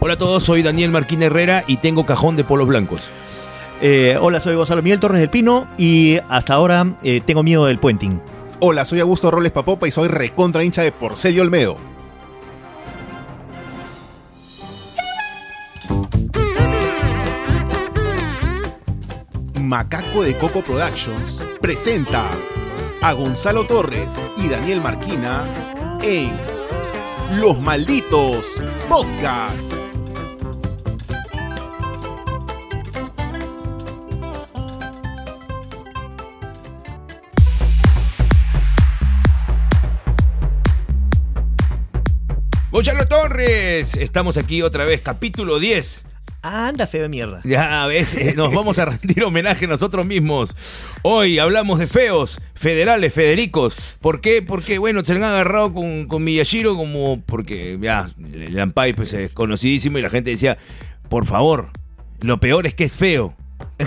Hola a todos, soy Daniel Marquín Herrera y tengo cajón de polos blancos. Eh, hola, soy Gonzalo Miguel Torres del Pino y hasta ahora eh, tengo miedo del puenting. Hola, soy Augusto Robles Papopa y soy recontra hincha de Porcelio Olmedo. Macaco de Coco Productions presenta a Gonzalo Torres y Daniel Marquina en Los Malditos Podcast. Gonzalo Torres, estamos aquí otra vez, capítulo 10. Anda, feo de mierda. Ya a veces nos vamos a rendir homenaje nosotros mismos. Hoy hablamos de feos, federales, federicos. ¿Por qué? Porque, bueno, se le han agarrado con, con Miyashiro como porque, ya, el Ampay pues, es conocidísimo y la gente decía, por favor, lo peor es que es feo.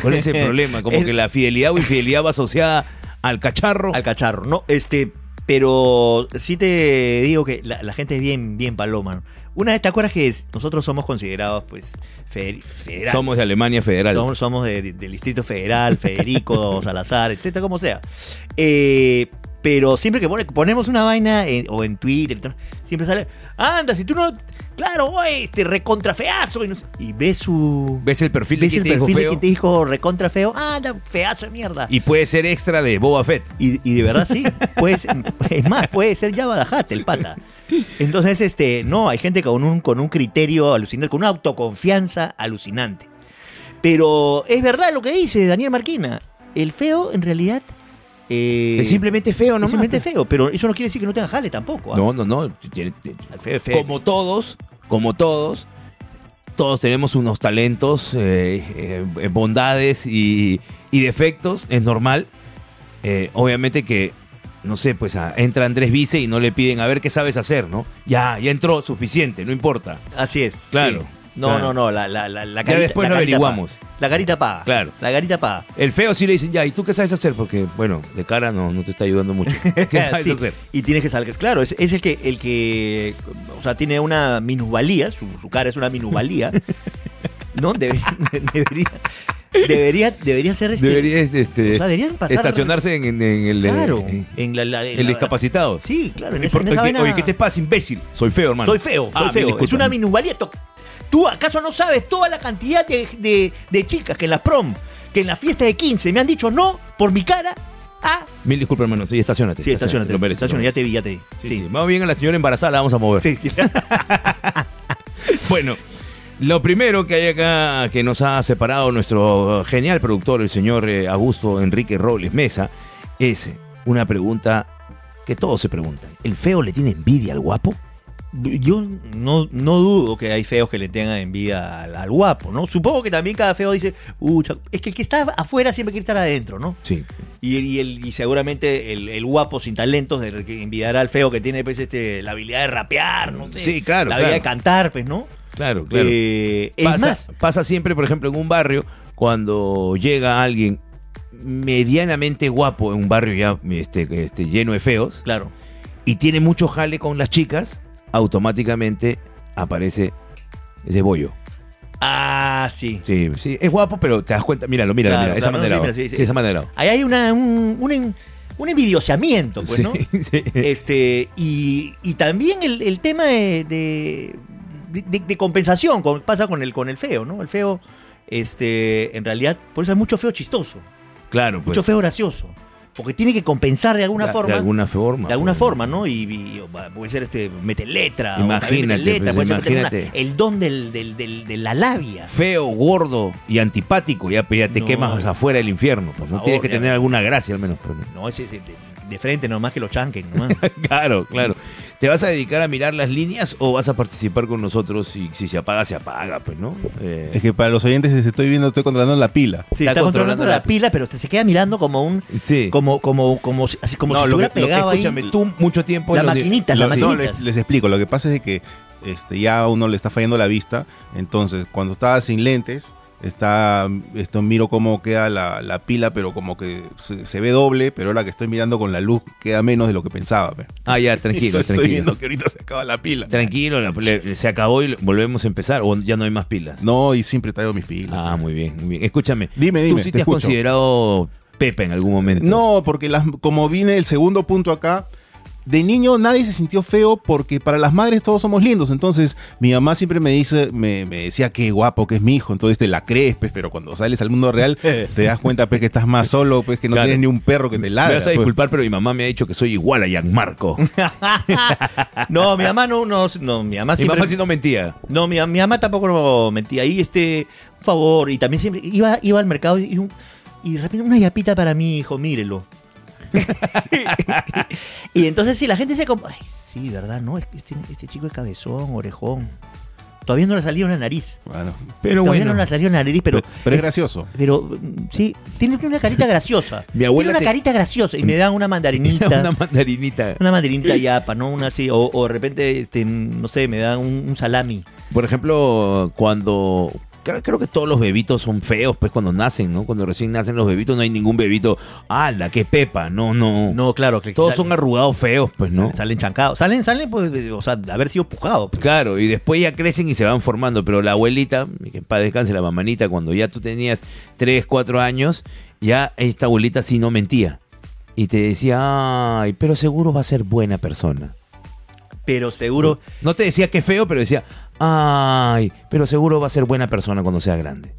Con ese problema, como El- que la fidelidad o infidelidad va asociada al cacharro. Al cacharro, ¿no? Este, pero sí te digo que la, la gente es bien, bien paloma. ¿no? Una vez, ¿te acuerdas que es- nosotros somos considerados, pues, feder- federales? Somos de Alemania Federal. Somos, somos de- de- del Distrito Federal, Federico, Salazar, etcétera, como sea. Eh, pero siempre que pone- ponemos una vaina en- o en Twitter, y todo, siempre sale, anda, si tú no, claro, oye, este recontrafeazo. Y, no sé- y ves su... ¿Ves el perfil de ¿Ves quien el te dijo perfil de feo? quien te dijo recontra feo? Anda, feazo Ah, de mierda. Y puede ser extra de Boba Fett. Y, y de verdad sí, pues, es más, puede ser ya Badahat el pata. Entonces, este, no, hay gente con un, con un criterio alucinante, con una autoconfianza alucinante. Pero es verdad lo que dice Daniel Marquina. El feo, en realidad. eh, es simplemente feo, es ¿no? simplemente feo, pero eso no quiere decir que no tenga jale tampoco. ¿ah? No, no, no. Tiene- tiene- Feo es feo. Como todos, como todos, todos tenemos unos talentos, eh, eh, bondades y, y defectos, es normal. Eh, obviamente que, no sé, pues ah, entra Andrés Vice y no le piden a ver qué sabes hacer, ¿no? Ya, ya entró, suficiente, no importa. Así es. Claro, sí. No, claro. no, no, la, la, la, la Ya carita- después la lo carita averiguamos. paga. La carita paga. Claro. La carita paga. El feo sí le dicen, ya, ¿y tú qué sabes hacer? Porque, bueno, de cara no, no te está ayudando mucho. ¿Qué sabes Eh, Sí, hacer? Y tienes que salir. Claro, es, es el que, el que. O sea, tiene una minusvalía. Su, su cara es una minusvalía. ¿No? Debe- debería. Debería, debería ser este. Deberías este, o sea, deberían pasar. estacionarse en, en- en el, Claro. en- En la, la- en el la- discapacitado. Sí, claro. En No esa, en importa, esa oye, vaina- oye, ¿qué te pasa, imbécil? Soy feo, hermano. Soy feo, soy Ah, mil feo. Es disculpas. una minusvalía. To- Tú acaso no sabes toda la cantidad de, de- de chicas que en las prom, que en las fiestas de 15 me han dicho no por mi cara. Ah, Mil disculpas, hermano. Sí, estacionate. sí, estacionate. lo mereces, estaciona, lo ya mereces. te vi, ya te vi. Sí, sí. Más bien a la señora embarazada la vamos a mover. sí. sí. Bueno, lo primero que hay acá que nos ha separado nuestro genial productor, el señor eh, Augusto Enrique Robles Mesa, es una pregunta que todos se preguntan. ¿El feo le tiene envidia al guapo? Yo no, no dudo que hay feos que le tengan envidia al, al guapo, ¿no? Supongo que también cada feo dice, "Uh, cha-". es que el que está afuera siempre quiere estar adentro, ¿no? Sí. Y, el- y el- y seguramente el, el guapo sin talentos de- que envidiará al feo que tiene pues, este, la habilidad de rapear, no sé. Sí, claro, La habilidad de claro. cantar, pues, ¿no? Claro, claro. Eh, es pasa, más, pasa siempre, por ejemplo, en un barrio, cuando llega alguien medianamente guapo en un barrio ya este, este, lleno de feos claro. y tiene mucho jale con las chicas, automáticamente aparece ese bollo. Ah, sí. Sí, sí, es guapo, pero te das cuenta, míralo, míralo, Claro, míralo, esa claro, no, manera. sí, mira, sí, sí, esa es- manera. Ahí hay una, un, un, en- un envidioseamiento, pues, ¿no? Este, y, y también el, el tema de, de, de- de compensación con- pasa con el, con el feo, ¿no? El feo, este, en realidad, por eso es mucho feo chistoso, Claro, pues. mucho feo gracioso, porque tiene que compensar de alguna de- forma. De alguna forma. de alguna pues. forma, ¿no? Y, y- o va- puede ser este mete letra, o Imagínate, también mete letra, pues, puede ser meter una- imagínate. el don del, del- del- de la labia. Feo, gordo y antipático, ya, pues, ya te No. quemas afuera del infierno. Pues, no favor, tienes que ya. tener alguna gracia al menos. pues, ¿no? No, ese, ese de, de frente nomás que lo chanquen, nomás. Claro, claro. ¿Te vas a dedicar a mirar las líneas o vas a participar con nosotros? Y si se apaga, se apaga, pues, ¿no? Eh, Es que para los oyentes, si estoy viendo, estoy controlando la pila. Sí, está, controlando la, pila, pero se queda mirando como un Sí. como como como si- así como No, si lo estuviera que- lo que- pegado ahí. Escúchame, tú mucho tiempo... la en Pues los di- maquinita, la Los- no, maquinita. les, les explico. Lo que pasa es de que este, ya a uno le está fallando la vista. Entonces, cuando estaba sin lentes, Está, esto miro cómo queda la, la pila, pero como que se, se ve doble, pero ahora que estoy mirando con la luz queda menos de lo que pensaba. pe. Ah, ya, tranquilo, estoy, estoy tranquilo. viendo que ahorita se acaba la pila. Tranquilo, la- le- se acabó y volvemos a empezar. O ya no hay más pilas. No, y siempre traigo mis pilas. Ah, muy bien, muy bien. Escúchame. Dime, ¿Tú dime, sí te te has escucho. considerado Pepe en algún momento? No, porque las, como viene el segundo punto acá, de niño nadie se sintió feo porque para las madres todos somos lindos. Entonces, mi mamá siempre me dice, me, me decía qué guapo que es mi hijo. Entonces te la crees, pues, pero cuando sales al mundo real te das cuenta pues, que estás más solo, pues, que no Claro. tienes ni un perro que te Me ladra. vas a pues. Ah, disculpar, pero mi mamá me ha dicho que soy igual a Gianmarco. mi No, mi mamá no, no, no, mi mamá siempre... mamá sí no mentía. No, mi, mi mamá tampoco no mentía. Ahí, este, un favor. Y también siempre iba, iba al mercado y, un- y de repente una yapita para mi hijo, mírelo. y entonces sí, la gente se... como, Ay, sí, ¿verdad? No, este, este chico es cabezón, orejón. Todavía no le salió una nariz. Bueno, Pero Todavía bueno. no le salió una nariz, pero... pero, pero es es- gracioso. pero, mm, sí, tiene una carita graciosa. Mi abuela tiene una te- Mm. carita graciosa. Y me dan una mandarinita. Una mandarinita. Una mandarinita yapa, ¿no? Una así. O, o de repente, este, no sé, me dan un, un salami. Por ejemplo, cuando. Creo, creo que todos los bebitos son feos, pues cuando nacen, ¿no? Cuando recién nacen los bebitos, no hay ningún bebito. ¡Hala, qué pepa! No, no. No, claro. que todos sal- son arrugados feos, pues, ¿no? Salen- Salen chancados. Salen, salen, pues, eh, o sea, de haber sido pujado. pues. Claro, y después ya crecen y se van formando, pero la abuelita, que en paz descanse, la mamanita, cuando ya tú tenías 3, 4 años, ya esta abuelita sí no mentía. Y te decía, ay, pero seguro va a ser buena persona. Pero seguro. No te decía que feo, pero decía, ay, pero seguro va a ser buena persona cuando sea grande.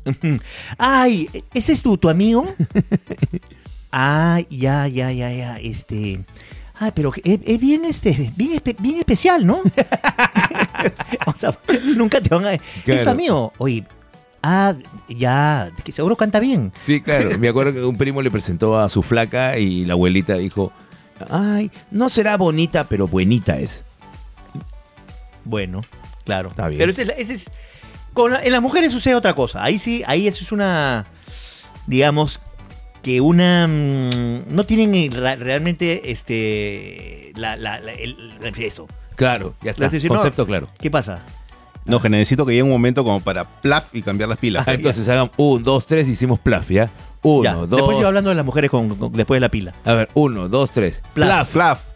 ¡Ay! ¿Ese es tu, tu amigo? ah, ya, ya, ya, ya. Este. Ah, pero que- es, es bien, este, bien, espe- bien especial, ¿no? o sea, nunca te van a. Es tu Claro. amigo. Oye. Ah, ya. Que seguro canta bien. Sí, claro. Me acuerdo que un primo le presentó a su flaca y la abuelita dijo, ay, no será bonita, pero buenita es. Bueno, claro. Está bien. Pero ese es, la- ese es- con la- en las mujeres sucede otra cosa. Ahí sí, ahí eso es una, digamos, que una, mm, no tienen el- ra- realmente, este, la, la, la- el- el- esto. Claro, ya está. Es decir, no- Concepto claro. ¿Qué pasa? No, que necesito que llegue un momento como para plaf y cambiar las pilas. Ah, entonces hagan un, dos, tres, hicimos plaf, ¿ya? Uno, Ya, dos. Después yo hablando de las mujeres con, con- después de la pila. A ver, uno, dos, tres. Plaf. Plaf.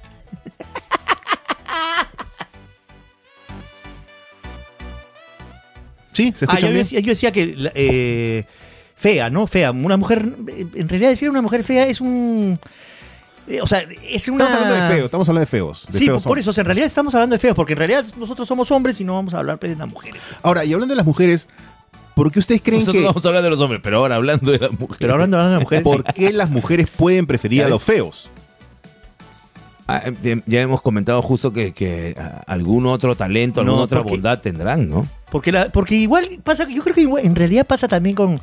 Sí, se Ah, escucha yo bien. decía, yo decía que la- eh, fea, ¿no? Fea. Una mujer, eh, en realidad decir una mujer fea es un, eh, o sea, es una. Estamos hablando de feo, estamos hablando de feos. de Sí, feos por hombres. eso, o sea, en realidad estamos hablando de feos, porque en realidad nosotros somos hombres y no vamos a hablar pues, de las mujeres. Ahora, y hablando de las mujeres, ¿por qué ustedes creen Nosotros que... vamos a hablar de los hombres, pero ahora hablando de la mujer. Pero hablando, hablando de las mujeres, ¿Por qué las mujeres pueden preferir Ya a ves. los feos? Ah, eh, ya- ya hemos comentado justo que, que, ah, algún otro talento, alguna No, otra porque- bondad tendrán, ¿no? porque, la- porque igual pasa, yo creo que igual- en realidad pasa también con,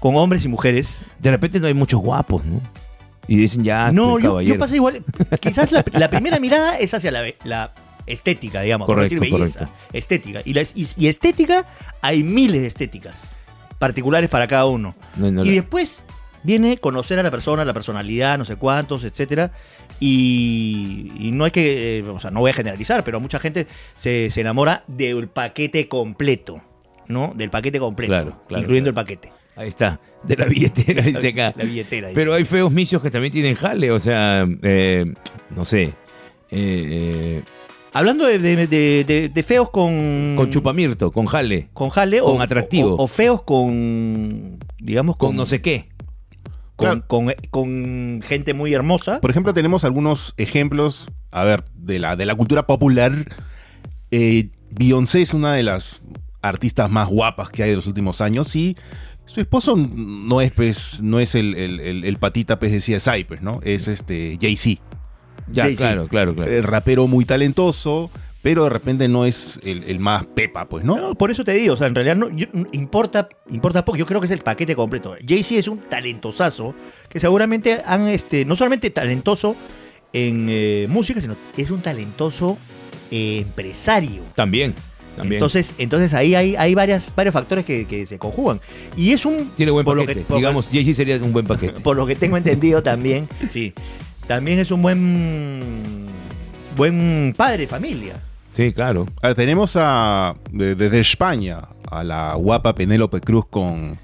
con hombres y mujeres. De repente no hay muchos guapos, ¿no? Y dicen ya, no, el yo, caballero. yo pasa igual, quizás la, la primera mirada es hacia la, be- la estética, digamos, por Correcto, decir belleza, estética. Y, la- y- y estética, hay miles de estéticas particulares para cada uno. No, no, Y no. después viene conocer a la persona, la personalidad, no sé cuántos, etcétera. Y, y no hay que, eh, o sea, no voy a generalizar, pero mucha gente se, se enamora del paquete completo, ¿no? Del paquete completo, Claro, claro, incluyendo claro. el paquete. Ahí está, de la billetera, dice acá. La billetera. dice. Pero hay feos michos que también tienen jale, o sea, eh, no sé. eh, eh, Hablando de, de- de- de- de feos con... con chupamirto, con jale, Con jale con o, atractivo. O, o feos con, digamos, con... con no sé qué. con, con- con gente muy hermosa. Por ejemplo, tenemos algunos ejemplos, a ver, de la, de la cultura popular. Eh, Beyoncé es una de las artistas más guapas que hay de los últimos años y su esposo no es, pues, no es el, el- el- el patita, pues, de CSI, pues, ¿no? Es este Jay-Z, Ya, Jay-Z. claro, claro, claro. eh, rapero muy talentoso, pero de repente no es el, el más pepa, pues, ¿no? No, por eso te digo, o sea, en realidad no yo- importa, importa poco. Yo creo que es el paquete completo. Jay-Z es un talentosazo que seguramente han, este, no solamente talentoso en eh, música, sino es un talentoso eh, empresario. También, también. Entonces, entonces ahí hay, hay varias, varios factores que, que se conjugan. Y es un. tiene buen por lo paquete. que- por- Digamos, Jay-Z sería un buen paquete. por lo que tengo entendido también, sí. También es un buen. Buen padre de familia. Sí, claro. Ahora tenemos a de- desde España a la guapa Penélope Cruz con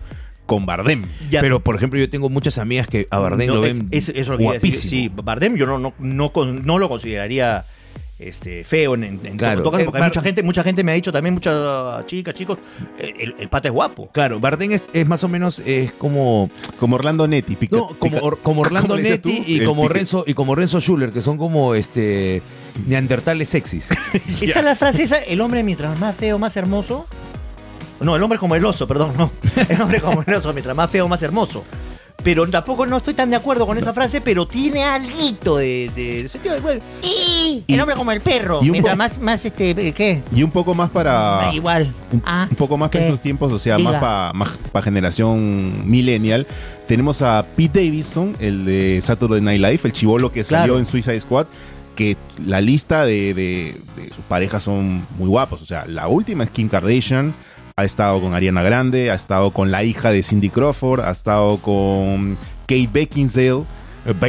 con Bardem. Ya- Pero, por ejemplo, yo tengo muchas amigas que a Bardem No, lo es- ven es- eso es lo que iba a decir. guapísimo. Sí, Bardem yo no, no, no, con- no lo consideraría este, feo en, en- en Claro. todo caso, Eh, porque hay Bar- mucha gente, mucha gente me ha dicho también, muchas chicas, chicos, el, el pata es guapo. Claro, Bardem es, es más o menos es como, Como Orlando Netti. pica- no, como, pica- Or- como Orlando ¿Cómo le decías Netti tú? y El como, pica- Renzo, y como Renzo Schuller, que son como este neandertales sexys. Está la frase esa, el hombre mientras más feo, más hermoso. No, el hombre como el oso, perdón, no. El hombre como el oso, mientras más feo, más hermoso. Pero tampoco no estoy tan de acuerdo con esa frase, pero tiene algo de, de, de sentido del juego. Y Y- el hombre como el perro. y un Mientras po- más, más este, eh, ¿qué? Y un poco más para. Ah, igual. Un, Ah, un poco más para ¿qué? estos tiempos, o sea, Diga. más para generación millennial. Tenemos a Pete Davidson, el de Saturday Night Live, el chivolo que salió Claro. en Suicide Squad. Que la lista de, de- de sus parejas son muy guapos. O sea, la última es Kim Kardashian. Ha estado con Ariana Grande, ha estado con la hija de Cindy Crawford, ha estado con Kate Beckinsale.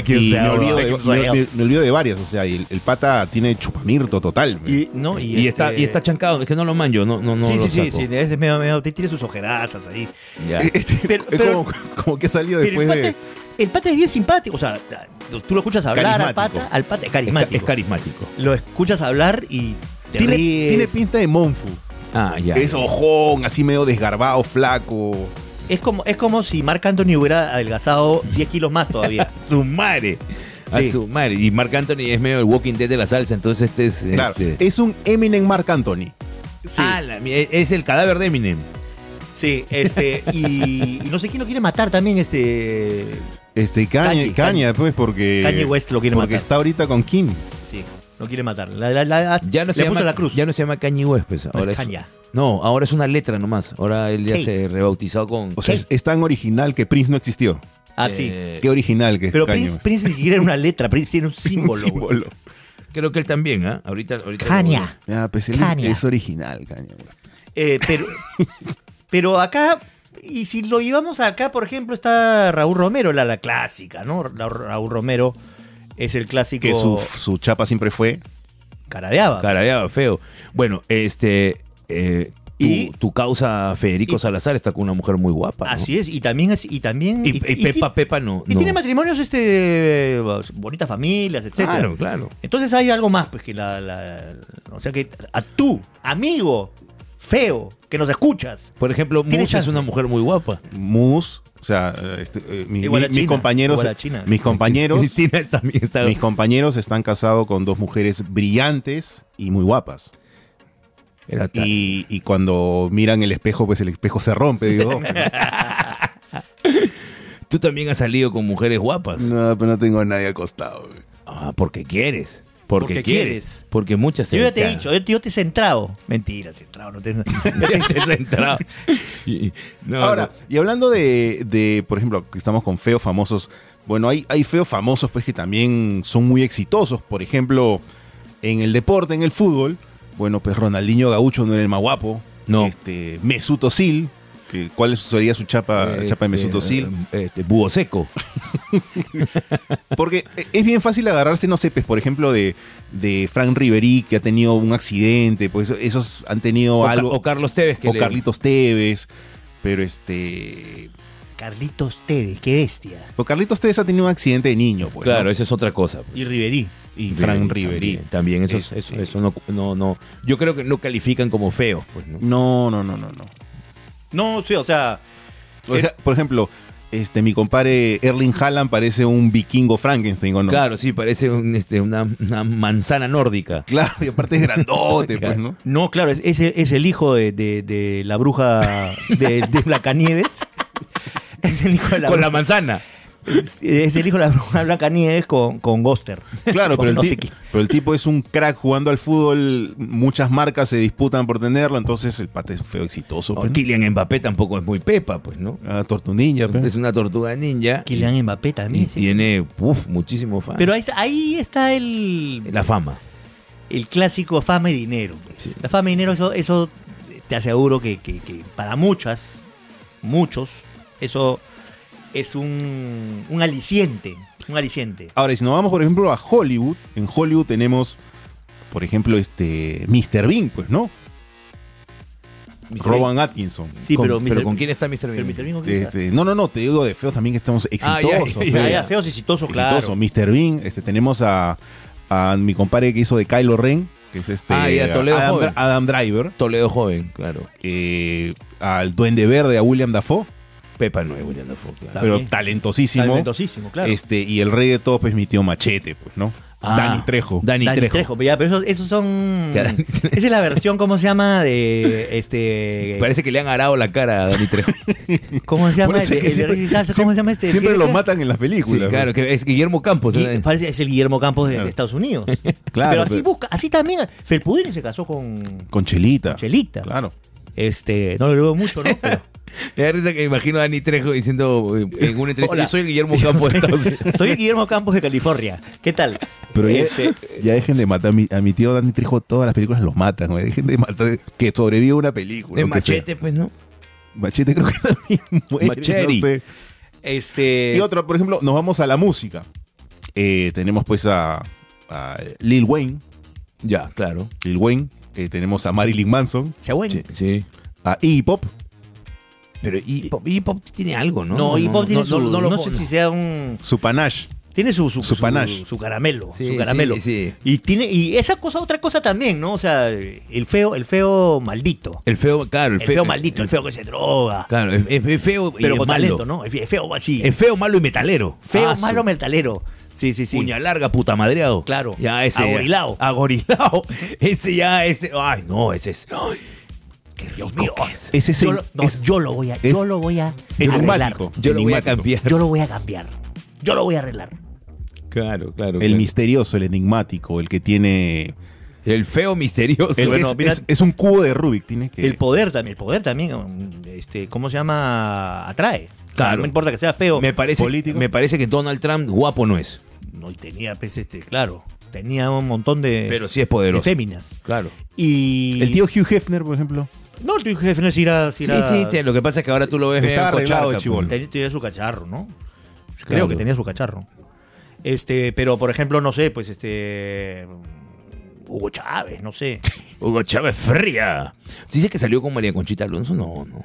Y me olvido, de, me- me- me olvido de varias, o sea, y el, el pata tiene chupamirto total. Y, no, Eh, Y, este está, y está chancado, es que no lo manjo, no, no, no sí, lo sí, sí, saco. sí, es medio- medio- tiene sus ojerazas ahí. Ya. Pero- es pero- como, como que ha salido Pero después el de... pata, el pata es bien simpático. O sea, tú lo escuchas hablar al Carismático. pata, al pata es Es, ca- carismático. es carismático. lo escuchas hablar y te Tiene, ríes. tiene pinta de Monfu. Ah, ya. Es ojón, así medio desgarbado, flaco. es, como, es como si Marc Anthony hubiera adelgazado 10 kilos más todavía. su madre. A Sí. su madre. Y Marc Anthony es medio el Walking Dead de la salsa, entonces este es. Claro, es, eh, es un Eminem Marc Anthony. Sí, ah, la mie- es el cadáver de Eminem. sí, este, y, y no sé quién lo quiere matar también, este... Este, Kanye, Kanye, Kanye, pues, porque... Kanye West lo quiere Porque matar. está ahorita con Kim. Sí, lo quiere matar. La- la- la- Ya no le se puso llama la cruz. Ya no se llama Kanye West, pues, No, Ahora es es- Kanye. no, ahora es una letra nomás. Ahora él ya Hey. se rebautizó con. O sea, es, es tan original que Prince no existió. Ah, Eh, sí. Qué original que es pues. Pero Kanye Prince, West. Prince ni siquiera era una letra, Prince era un símbolo. Un güey. símbolo. Creo que él también, ¿ah? Ahorita. ahorita Kanye. Ya, pues, él es- Kanye. es original, Kanye. West. Eh, pero, pero acá, y si lo llevamos acá, por ejemplo, está Raúl Romero, la, la clásica, ¿no? Ra- Raúl Romero es el clásico Que su, su chapa siempre fue... caradeaba. Cara, ya, Ah, feo. Bueno, este. eh, tu, Y- tu causa, Federico y- Salazar, está con una mujer muy guapa. ¿no? Así es, y también es- y también Y, y Pepa, ti- Pepa no. y no. tiene matrimonios este eh, bonitas familias, etcétera. Claro, claro. Entonces hay algo más, pues que la, la- o sea que a tú, amigo, feo, que nos escuchas. Por ejemplo, Tiene Musa es chance. una mujer muy guapa. Mus, o sea, este, eh, mi- Igual a mi- mis China, compañeros, igual a China. mis compañeros, Cristina también está. mis compañeros están casados con dos mujeres brillantes y muy guapas. Era tal. Y, y cuando miran el espejo, pues el espejo se rompe. Digo, Tú también has salido con mujeres guapas. no, pero no tengo a nadie al costado. güey". Ah, porque quieres. Porque, Porque quieres. quieres. Porque muchas Yo ya te he han- dicho, yo, yo te he centrado. Mentira, centrado, no te Ya te has entrado. Y- no, Ahora, no. y hablando de, de, por ejemplo, que estamos con feos famosos. Bueno, hay, hay feos famosos, pues que también son muy exitosos. Por ejemplo, en el deporte, en el fútbol. Bueno, pues Ronaldinho Gaucho no era el más guapo. No. Este, Mesut Özil, que ¿Cuál sería su ah, chapa, Este, chapa de Mesut Özil? Este, búho seco. Porque e, es bien fácil agarrarse, no sé, pues, por ejemplo, de, de Frank Ribery, que ha tenido un accidente, pues esos han tenido O, Ca- algo. o Carlos Tevez. Que o le- Carlitos Tevez. Pero este. Carlitos Tevez, qué bestia. Pero Carlitos Tevez ha tenido un accidente de niño, pues. ¿no? Claro, esa es otra cosa. Y Riverí. Y Frank Ribery. También, también, eso, es- eh, Este. eso, eso no, no, no. Yo creo que no califican como feos. Pues, ¿no? No, no, no, no, no. No, sí, o sea, Eh, Por, ej- por ejemplo, este, mi compadre Erling Haaland parece un vikingo Frankenstein, ¿o no? Claro, sí, parece un, este, una, una manzana nórdica. Claro, y aparte es grandote, pues, ¿no? no, claro, es, es el- es el hijo de, de- de la bruja de, de Blancanieves. Es el hijo de la, Con la bruja- manzana. es, es el hijo de la bruja Blancanieves con, con Goster. Claro, Con pero el, no ti- sé quién. pero el tipo es un crack jugando al fútbol, muchas marcas se disputan por tenerlo, entonces el pate es feo exitoso. O pues, ¿no? Kylian Mbappé tampoco es muy pepa, pues, ¿no? Ah, Tortu Ninja, pues. Es una tortuga ninja. Kylian Mbappé también. Y sí. tiene uf, muchísimo fan. Pero ahí, está- ahí está el, la fama. el clásico fama y dinero. pues. Sí. La fama y dinero, eso, eso te aseguro que, que- que para muchas, muchos, eso es un, un aliciente. Un aliciente. Ahora, si nos vamos, por ejemplo, a Hollywood, en Hollywood tenemos, por ejemplo, este Mr. Bean, pues, ¿no? Mr. Rowan Atkinson. Sí, Con- pero, Mr. ¿con quién está Mr. Pero Bean? Mr. Bean, ¿con quién está? Este, no, no, no, te digo de feos también que estamos Ah, ya, exitosos. ya, Ah, fe. ya, feos exitosos, claro. Exitoso, Mr. Bean. Este, tenemos a, a mi compadre que hizo de Kylo Ren, que es este Ah, ya, Toledo Adam, joven. Adam Driver, Toledo joven, claro. eh, al Duende Verde, a William Dafoe, Pepa no es William Dafoe, claro. pero bien. talentosísimo. Talentosísimo, claro. Este, y el rey de todos, pues mi tío Machete, pues, ¿no? Ah, Dani Trejo. Dani, Dani Trejo. Trejo, ya, pero esos, esos son. Ya, Dani Esa es la versión, ¿cómo se llama? De este. Parece que le han arado la cara a Dani Trejo. ¿Cómo se Por llama? eso es El- que el- siempre- el- ¿Cómo se llama este? siempre ¿Qué lo era? matan en las Sí, películas. claro, que es Guillermo Campos. Gui- ¿eh? parece- es el Guillermo Campos de, de Estados Unidos. Claro, pero así pero- busca, así también. Felpudín se casó con, Con Chelita. Chelita. Claro. Este, no lo leo mucho, ¿no? Pero Me da risa que imagino a Dani Trejo diciendo eh, en una entrevista, Hola. yo soy el Guillermo Campos de Estados Unidos". soy el Guillermo Campos de California. ¿Qué tal? Pero ya, Este, ya dejen de matar a mi, a mi tío Dani Trejo. Todas las películas los matan, güey. Dejen de matar. Que sobrevive una película. De aunque sea. machete, pues, ¿no? Machete creo que también muere, Machete. no sé. este Y otra, por ejemplo, nos vamos a la música. Eh, tenemos pues a, a Lil Wayne. Ya, claro. Lil Wayne. Eh, tenemos a Marilyn Manson. ¿Se bueno? Sí, sí. A Iggy Pop. Pero hip hop, hip hop tiene algo, ¿no? No, Hip Hop tiene no, su, no, no lo no puedo- sé si sea un Su panache. tiene su su, Su panache. su, su caramelo, Sí, su caramelo. sí, sí. Y tiene y esa cosa otra cosa también, ¿no? O sea, el feo, el feo maldito. El feo, claro. El feo maldito, el feo que se droga. Claro, es, es- es feo y Pero es con malo. talento, ¿no? Es feo así. Es feo, malo y metalero. feo, Ah, su- malo, metalero. Sí, sí, sí. Uña larga, puta madreado. Claro. Ya, ese. Agorilao. Agorilao. Ese ya, ese. Ay, no, ese es. ay, qué Dios rico mío. que es. Ese es yo, el- lo, no, es- yo lo voy a, yo lo voy a arreglar. enigmático. Yo lo voy a Enigmático. cambiar. Yo lo voy a cambiar. Yo lo voy a arreglar. Claro, claro. El claro. misterioso, el enigmático, el que tiene. El feo misterioso. el que bueno, es, mira- es- es un cubo de Rubik, tiene que. El poder también, el poder también, um, este, ¿cómo se llama? Atrae. Claro. No importa que sea feo. me parece, político. me parece que Donald Trump guapo no es, No, y tenía, pues, este, claro, tenía un montón de, pero sí es de poderoso. féminas. Claro. Y... El tío Hugh Hefner, por ejemplo. No, el tío jefe no es ir a... Sí, sí, te- lo que pasa es que ahora tú lo ves Está medio arreglado cocharca, el chibolo. pues. Tenía, tenía su cacharro, ¿no? Creo Claro. que tenía su cacharro. Este, pero por ejemplo, no sé, pues este... Hugo Chávez, no sé. Hugo Chávez Fría. Dice que salió con María Conchita Alonso, no, no.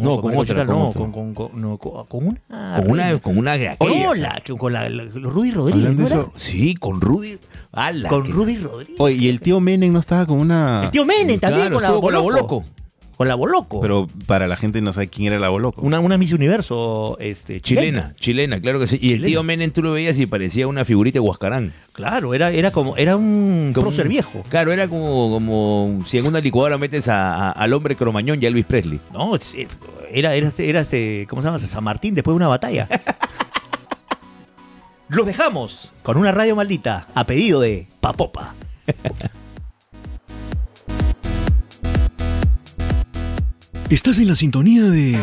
No, con Mario otra, Chita con no, otra. con, con, con- no, con- con una... Con una, con una de Con aquellas. la- con la, la- Rudy Rodríguez. Hablando ¿no de era? eso- Sí, con Rudy. Ala, Con que- Rudy Rodríguez. Oye, y el tío Menem no estaba con una. El tío Menem también Claro, con, la, estuvo con la Boloco. Boloco. Con la Boloco. Pero para la gente no sabe quién era la Boloco. una, una Miss Universo este, Chilena, chilena, claro que sí. Y el Chilena. tío Menem tú lo veías y parecía una figurita de Huascarán. Claro, era, era como era un Como prócer un- viejo. Claro, era como, como si en una licuadora metes a- a- al hombre cromañón y a Elvis Presley. No, es- eh, era, era, este, era este, ¿cómo se llama? San Martín después de una batalla. Los dejamos con una radio maldita a pedido de Papopa. Estás en la sintonía de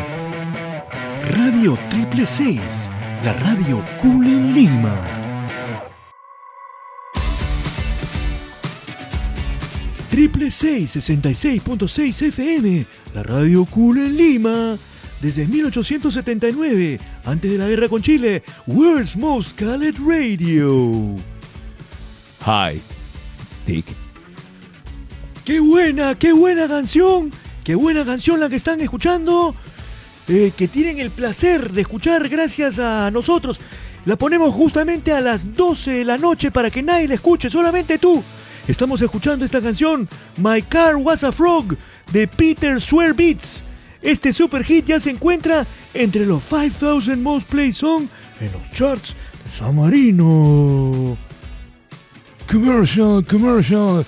Radio Triple 6, la radio cool en Lima. Triple 66.6 FM, la radio cool en Lima. Desde 1879, antes de la guerra con Chile, World's Most Called Radio. Hi, Dick. ¡Qué buena, qué buena canción! ¡Qué buena canción la que están escuchando! eh, que tienen el placer de escuchar gracias a nosotros. La ponemos justamente a las 12 de la noche para que nadie la escuche, solamente tú. Estamos escuchando esta canción, My Car Was a Frog, de Peter Swear Beats. Este super hit ya se encuentra entre los 5000 most played song en los charts de San Marino. Commercial, commercial.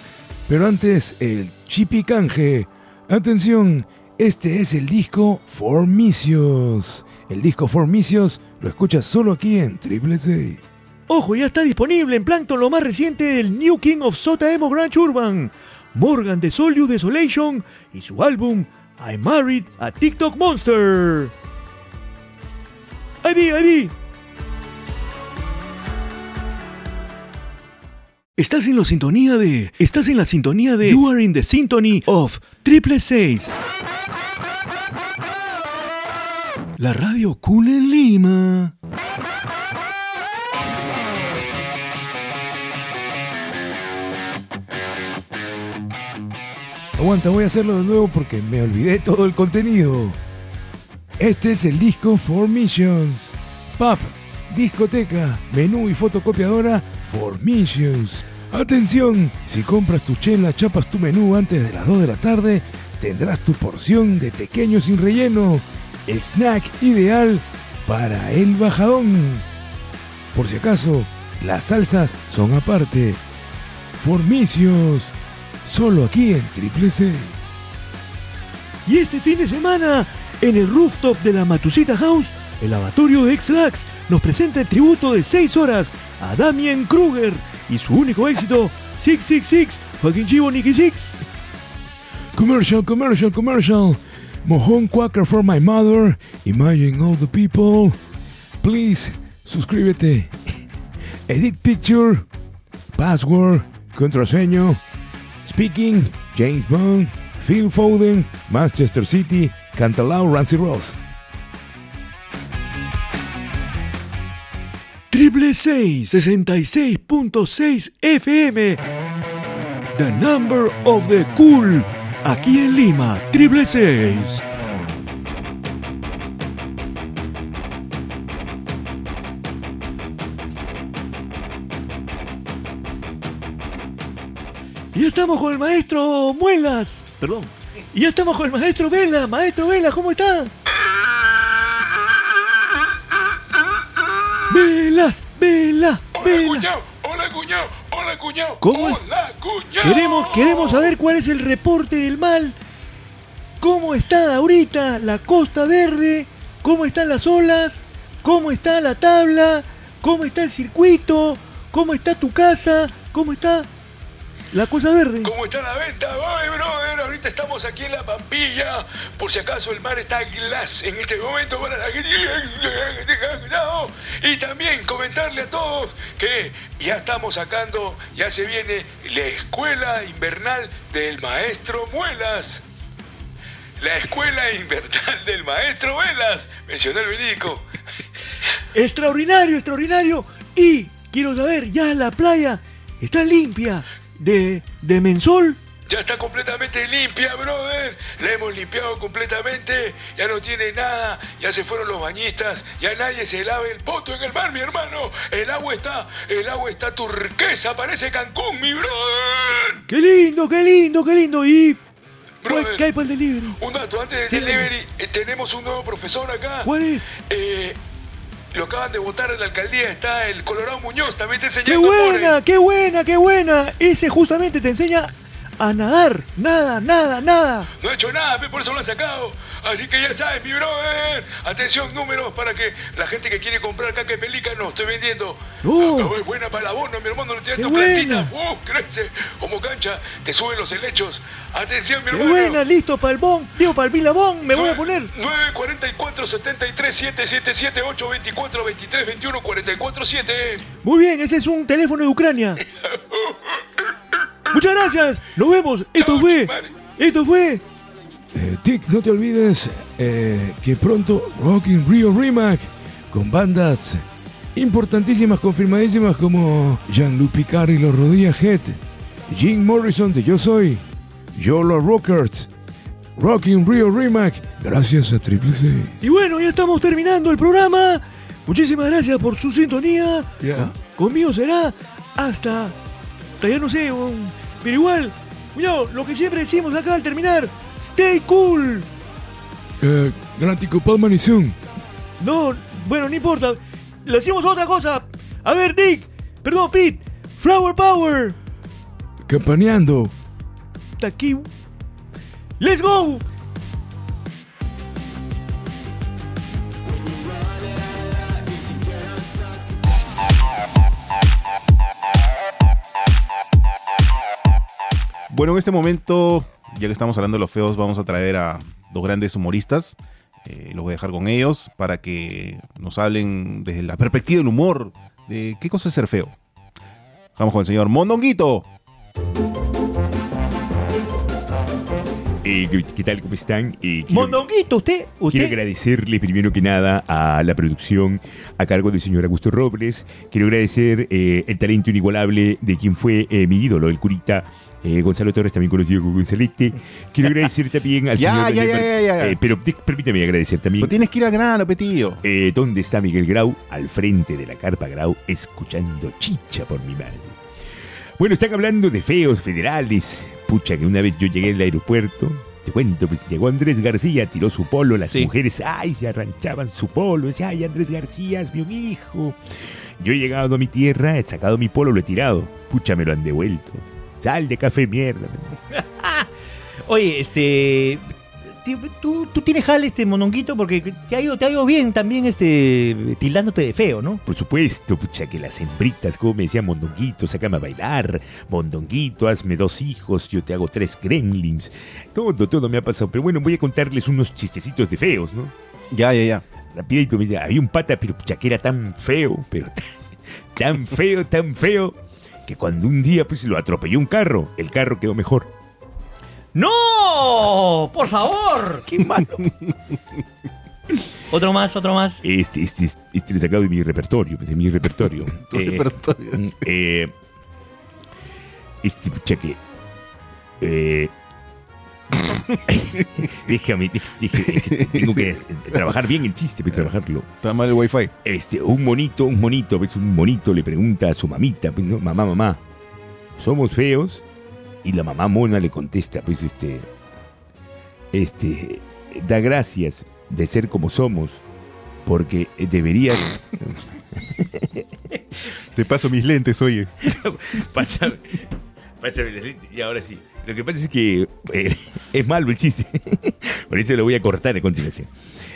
Pero antes, el chipi canje. Atención, este es el disco Formicios. El disco Formicios lo escuchas solo aquí en Triple C. Ojo, ya está disponible en Plankton lo más reciente del New King of Sota Emo Grand Urban, Morgan de Solio Desolation y su álbum I Married a TikTok Monster. ID, ID, Estás en la sintonía de. Estás en la sintonía de. You are in the symphony of Triple 6. La radio cool en Lima. Aguanta, voy a hacerlo de nuevo porque me olvidé todo el contenido. Este es el disco Formations. Pub, discoteca, menú y fotocopiadora Formations. Atención, si compras tu chela, chapas tu menú antes de las 2 de la tarde, tendrás tu porción de tequeño sin relleno, el snack ideal para el bajadón. Por si acaso, las salsas son aparte. Formicios, solo aquí en Triple C. Y este fin de semana, en el rooftop de la Matusita House, el lavatorio de X-Lax nos presenta el tributo de 6 horas a Damien Kruger y su único éxito, 666, fucking chivo Nicky Six. Commercial, commercial, commercial. Mojón Quaker for my mother. Imagine all the people. Please, suscríbete. Edit picture. Password. Contraseño. Speaking. James Bond. Phil Foden. Manchester City. Cantalao Rancy Ross. Triple 6, 66.6 FM. The number of the cool. Aquí en Lima, Triple 6. Y estamos con el maestro Muelas. Perdón. Y ya estamos con el maestro Vela. Maestro Vela, ¿cómo está? Velas, Vela, Vela. hola cuñado, hola cuñado. ¿Cómo es? Hola cuñado. Queremos, queremos saber cuál es el reporte del mal. ¿Cómo está ahorita la Costa Verde? ¿Cómo están las olas? ¿Cómo está la tabla? ¿Cómo está el circuito? ¿Cómo está tu casa? ¿Cómo está la Costa Verde? ¿Cómo está la venta? Ay, brother, ahorita estamos aquí en la pampilla. Por si acaso el mar está glass en este momento para la gente que tenga cuidado. Y también comentarle a todos que ya estamos sacando, ya se viene la escuela invernal del maestro Muelas. La escuela invernal del maestro Velas, mencionó el Benico. Extraordinario, extraordinario. Y quiero saber, ya la playa está limpia de, de mensol. Ya está completamente limpia, brother. La hemos limpiado completamente. Ya no tiene nada. Ya se fueron los bañistas. Ya nadie se lava el poto en el mar, mi hermano. El agua está, el agua está turquesa. Parece Cancún, mi brother. Qué lindo, qué lindo, qué lindo. Y pues, Brother. ¿qué hay para el delivery? Un dato antes del Sí. Pues- delivery. eh, tenemos un nuevo profesor acá. ¿Cuál es? Eh, lo acaban de votar en la alcaldía. Está el Colorado Muñoz. También te ¡Qué enseñando. buena, more. qué buena, qué buena! Ese justamente te enseña a nadar. Nada, nada, nada. No he hecho nada, pe, por eso lo han sacado. Así que ya sabes, mi brother. Atención, números para que la gente que quiere comprar caca de pelícano, estoy vendiendo. No. Ah, es buena para el abono, mi hermano, no tienes Uh. Qué tu buena. plantita. Uh, crece como cancha, te suben los helechos. Atención, mi ¡Qué hermano. buena! Listo para el bon. Digo, para el bilabón. Me voy a poner. 944 73 777 824 23 21 44 7 Muy bien, ese es un teléfono de Ucrania. Muchas gracias. Nos vemos. Esto Chao, fue. chimare. Esto fue. Eh, Tic, no te olvides eh, que pronto Rocking Rio Remac con bandas importantísimas, confirmadísimas como Jean-Luc Picard y los Rodilla Head, Jim Morrison de Yo Soy, Yolo Rockers, Rocking Rio Remac, gracias a Triple C. Y bueno, ya estamos terminando el programa. Muchísimas gracias por su sintonía. Conmigo será hasta. Hasta ya no sé, un- pero igual. Cuidado, lo que siempre decimos acá al terminar: Stay cool. Eh, Grático Palman y Zoom. No, bueno, no importa. Le decimos otra cosa. A ver, Dick. Perdón, Pete. Flower Power. campaneando. Está Aquí. Let's go. Bueno, en este momento, ya que estamos hablando de los feos, vamos a traer a dos grandes humoristas. Eh, los voy a dejar con ellos para que nos hablen desde la perspectiva del humor de qué cosa es ser feo. Vamos con el señor Mondonguito. Eh, ¿qué- ¿Qué tal? ¿Cómo están? Eh, quiero, Mondonguito, usted, quiero usted. agradecerle primero que nada a la producción a cargo del señor Augusto Robles. Quiero agradecer eh, el talento inigualable de quien fue eh, mi ídolo, el curita eh, Gonzalo Torres, también conocido como Gonzalete. Quiero agradecer también al Ya, señor... ya, Leonel ya, Mar- ya, ya, ya. Eh, pero di- permítame agradecer también... Lo tienes que ir al grano, petío. eh, ¿Dónde está Miguel Grau? Al frente de la carpa Grau, escuchando chicha por mi madre. Bueno, están hablando de feos federales. Pucha, que una vez yo llegué al aeropuerto, te cuento, pues llegó Andrés García, tiró su polo, las Sí. mujeres, ay, se arranchaban su polo, decía, ay, Andrés García es mi hijo. Yo he llegado a mi tierra, he sacado mi polo, lo he tirado. Pucha, me lo han devuelto. Sal de café, mierda. Oye, este. ti- Tú, tú tienes jale este mononguito porque te ha ido, te ha ido bien también este tildándote de feo, ¿no? Por supuesto, pucha, que las hembritas, como me decían, Mondonguito, sácame a bailar, Mondonguito, hazme dos hijos, yo te hago tres gremlins. Todo, todo me ha pasado. Pero bueno, voy a contarles unos chistecitos de feos, ¿no? Ya, ya, ya. Rapidito, mira, había un pata, pero pucha, que era tan feo, pero tan, tan feo, tan feo, que cuando un día pues lo atropelló un carro, el carro quedó mejor. ¡No! ¡Por favor! ¡Qué malo! otro más, otro más. Este, este, este, lo he sacado de mi repertorio, pues, de mi repertorio. Tu Eh, repertorio. Mm, eh, este cheque. Eh, déjame, dej- dej- dej- tengo que eh, trabajar bien el chiste, pues, trabajarlo. Está mal el wifi. Este, un monito, un monito, ves un monito le pregunta a su mamita, pues, ¿no? mamá, mamá, somos feos. Y la mamá mona le contesta, pues este, este, da gracias de ser como somos, porque eh, deberías Te paso mis lentes, oye. Pásame, pásame las lentes. Y ahora sí. Lo que pasa es que eh, es malo el chiste. Por eso lo voy a cortar a continuación.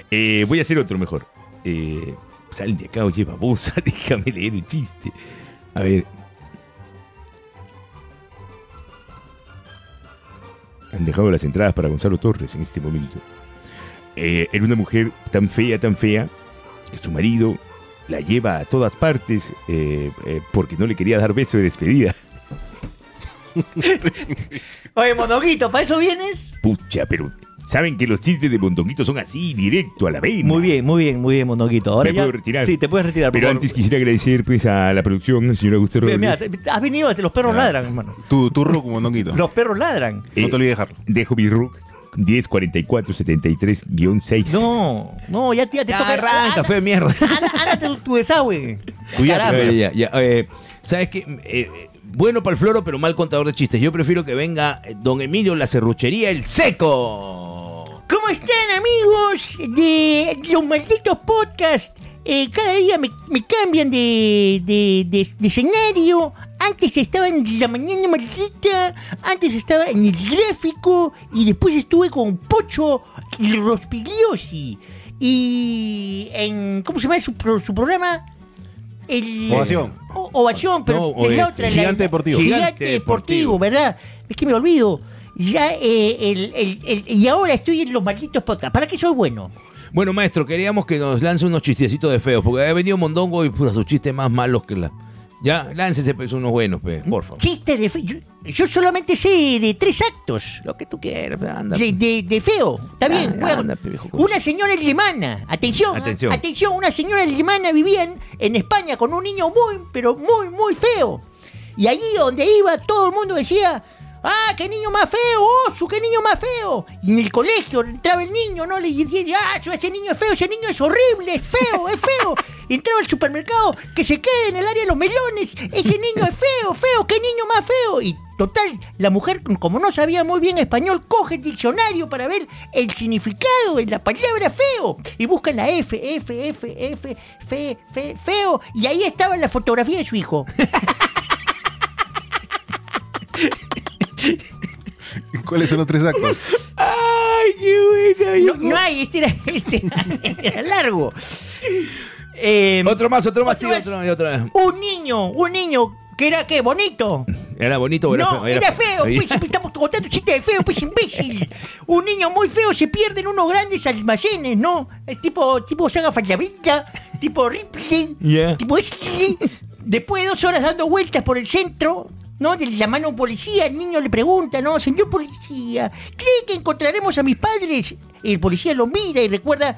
Eh, voy a hacer otro mejor. Eh, sal de acá, oye, babosa. Déjame leer el chiste. A ver. Han dejado las entradas para Gonzalo Torres en este momento. Eh, era una mujer tan fea, tan fea, que su marido la lleva a todas partes eh, eh, porque no le quería dar beso de despedida. Oye, mononguito, ¿para eso vienes? Pucha, pero saben que los chistes de Mondonguito son así, directo a la vena. Muy bien, muy bien, muy bien, mononguito. Ahora Me ya- puedo retirar. Sí, te puedes retirar. por Pero favor. antes quisiera agradecer pues a la producción, señor Augusto Mira, Rodríguez. mira, te- has venido, este, los perros Ya. ladran, hermano. Tu, tu roco, mondonguito. Los perros ladran. Eh, No te olvides dejar. Dejo mi RUC 1044-73-6. No, no, ya, ya te toca. Arranca, anda- fe de mierda. anda- ándate tu, tu desagüe. Tú ya, Caramba. Ah, Ya, ya, ya. Eh, ¿Sabes qué? Eh, eh, bueno para el floro, pero mal contador de chistes. Yo prefiero que venga eh, don Emilio la serruchería el seco. ¿Cómo están amigos de los malditos podcasts? Eh, cada día me, me cambian de, de- de- de escenario. Antes estaba en la mañana maldita, antes estaba en el gráfico y después estuve con Pocho y Rospigliosi. Y en, ¿cómo se llama su, pro- su programa? Eh, El, Ovación. O- ovación, pero No, es o la este, otra. la- Gigante Deportivo. Gigante deportivo, ¿verdad? Es que me olvido. Ya, eh, el- el- el- y ahora estoy en los malditos podcasts. ¿Para qué soy bueno? Bueno, maestro, queríamos que nos lance unos chistecitos de feos, porque ha venido Mondongo y puta, sus chistes más malos que la. Ya, láncese pues unos buenos, pues, por favor. Chiste de fe- yo, yo solamente sé de tres actos Lo que tú quieras, pues, anda. de, de- de feo. Está bien, Ah, voy a- anda, pe, viejo culo. Una señora alemana, atención, ¿ah? Atención. atención. una señora alemana vivía en, en España con un niño muy, pero muy, muy feo. Y allí donde iba todo el mundo decía, ah, qué niño más feo, oh, su qué niño más feo. Y en el colegio entraba el niño, ¿no? Le decía, ah, su, ese niño es feo, ese niño es horrible, es feo, es feo. Y entraba al supermercado, que se quede en el área de los melones, ese niño es feo, feo, qué niño más feo. Y total, la mujer, como no sabía muy bien español, coge el diccionario para ver el significado de la palabra feo. Y busca la F, F, F, F, fe, fe, feo. Y ahí estaba la fotografía de su hijo. ¿Cuáles son los tres actos? No, no hay, este era, este era- este era largo. Eh, Otro más, otro más, Otro tío, más. otro, y otra vez. un niño, un niño que era qué bonito. Era bonito, o era no, feo. era feo, Ahí. pues siempre estamos contando chistes de feo, pues imbécil. Un niño muy feo se pierde en unos grandes almacenes, ¿no? Es tipo, tipo Saga Fallavita, tipo Ripley, Yeah. tipo Wesley. Después de dos horas dando vueltas por el centro, ¿no? De la mano a un policía, el niño le pregunta, ¿no? Señor policía, ¿cree que encontraremos a mis padres? El policía lo mira y recuerda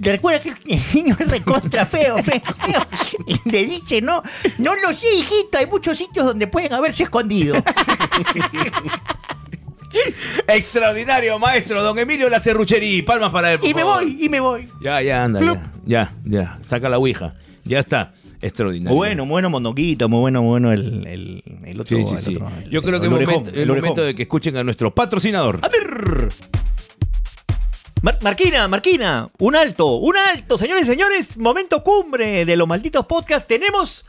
le recuerda que el niño es recontra feo, feo, feo. Y le dice, no, no lo sé, hijito, hay muchos sitios donde pueden haberse escondido. Extraordinario, maestro. Don Emilio La Cerrucherí. Palmas para él. por Y me favor. voy, y me voy. Ya, ya, anda. Ya, ya, ya. Saca la ouija. Ya está. Extraordinario. Muy bueno, muy bueno Mondonguito, muy bueno, muy bueno el, el, el otro. Sí, sí, el sí. otro, el- Yo creo que el es orejón, momento- es el orejón. momento de que escuchen a nuestro patrocinador. A ver. Mar- Marquina, Marquina, un alto, un alto, señores y señores, momento cumbre de los malditos podcasts. Tenemos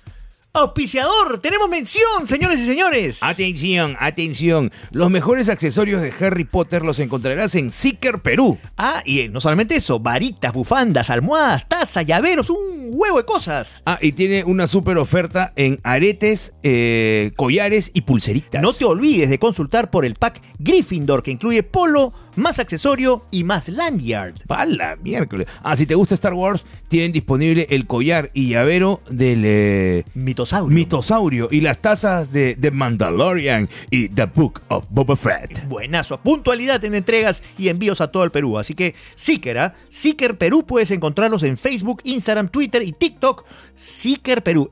auspiciador, tenemos mención, señores y señores. Ah, Atención, atención. Los mejores accesorios de Harry Potter los encontrarás en Seeker Perú. Ah, y eh, no solamente eso, varitas, bufandas, almohadas, tazas, llaveros, un huevo de cosas. Ah, y tiene una super oferta en aretes, eh, collares y pulseritas. No te olvides de consultar por el pack Gryffindor que incluye polo, más accesorio y más lanyard. Pala, miércoles. Ah, si te gusta Star Wars, tienen disponible el collar y llavero del eh, Mitosaurio. mitosaurio y las tazas de The Mandalorian y The Book of Boba Fett. Buenazo, puntualidad en entregas y envíos a todo el Perú. Así que Seeker, ¿ah? Seeker Perú puedes encontrarlos en Facebook, Instagram, Twitter y TikTok. Seeker Perú,